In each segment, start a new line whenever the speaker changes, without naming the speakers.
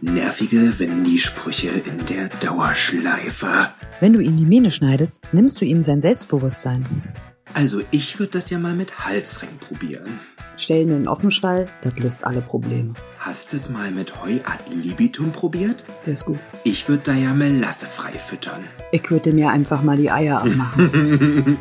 nervige Wenn-Nie-Sprüche in der Dauerschleife.
Wenn du ihm die Mähne schneidest, nimmst du ihm sein Selbstbewusstsein.
Also ich würde das ja mal mit Halsring probieren.
Stellen in den Offenstall, das löst alle Probleme.
Hast es mal mit Heu ad libitum probiert?
Der ist gut.
Ich würde da ja Melasse frei füttern.
Ich würde mir einfach mal die Eier abmachen.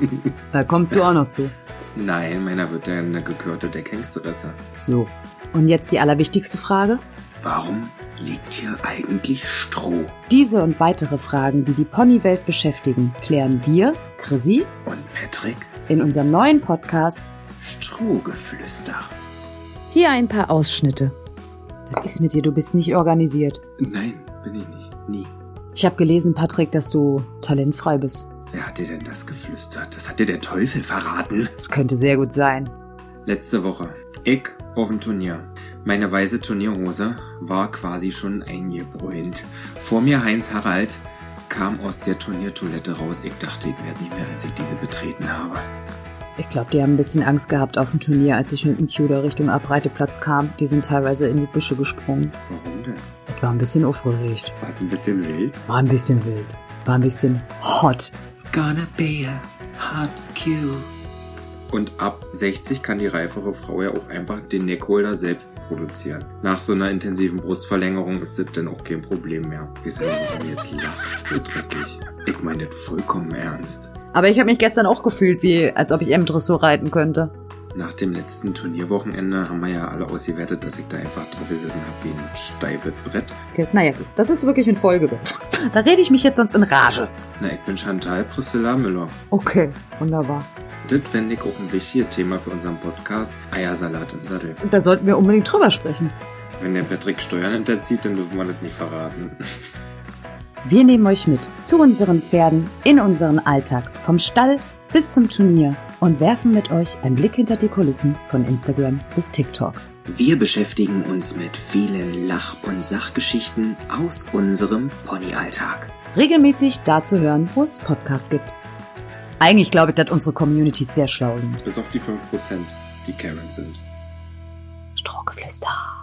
da kommst du auch noch zu.
Nein, meiner wird ja eine gekörtelte Kengsteresse.
So. Und jetzt die allerwichtigste Frage?
Warum liegt hier eigentlich Stroh?
Diese und weitere Fragen, die die Ponywelt beschäftigen, klären wir, Chrissy,
Und Patrick?
in unserem neuen Podcast
Strohgeflüster.
Hier ein paar Ausschnitte. Das ist mit dir, du bist nicht organisiert.
Nein, bin ich nicht. Nie.
Ich habe gelesen, Patrick, dass du talentfrei bist.
Wer hat dir denn das geflüstert? Das hat dir der Teufel verraten.
Das könnte sehr gut sein.
Letzte Woche. Ich auf dem Turnier. Meine weiße Turnierhose war quasi schon eingebräunt. Vor mir Heinz Harald kam aus der Turniertoilette raus. Ich dachte, ich werde nicht mehr, als ich diese betreten habe.
Ich glaube, die haben ein bisschen Angst gehabt auf dem Turnier, als ich mit dem Cuder Richtung Abreiteplatz kam. Die sind teilweise in die Büsche gesprungen.
Warum denn?
Das war ein bisschen aufgeregt.
War es ein bisschen wild?
War ein bisschen wild. War ein bisschen hot.
It's gonna be a hot kill. Und ab 60 kann die reifere Frau ja auch einfach den Neckholder selbst produzieren. Nach so einer intensiven Brustverlängerung ist das dann auch kein Problem mehr. Wieso du jetzt lachst, so dreckig? Ich meine das vollkommen ernst.
Aber ich habe mich gestern auch gefühlt, wie als ob ich M-Dressur reiten könnte.
Nach dem letzten Turnierwochenende haben wir ja alle ausgewertet, dass ich da einfach drauf gesessen habe wie ein steifes Brett.
Okay. Naja, gut. das ist wirklich ein Folgebett. Da rede ich mich jetzt sonst in Rage.
Na, ich bin Chantal Priscilla Müller.
Okay, wunderbar.
Das fände ich auch ein wichtiges Thema für unseren Podcast. Eiersalat im Sattel.
Und da sollten wir unbedingt drüber sprechen.
Wenn der Patrick Steuern hinterzieht, dann dürfen wir das nicht verraten.
Wir nehmen euch mit zu unseren Pferden, in unseren Alltag, vom Stall bis zum Turnier und werfen mit euch einen Blick hinter die Kulissen von Instagram bis TikTok.
Wir beschäftigen uns mit vielen Lach- und Sachgeschichten aus unserem Ponyalltag.
Regelmäßig da zu hören, wo es Podcasts gibt. Eigentlich glaube ich, dass unsere Communities sehr schlau sind.
Bis auf die 5%, die Karens sind.
Strohgeflüster.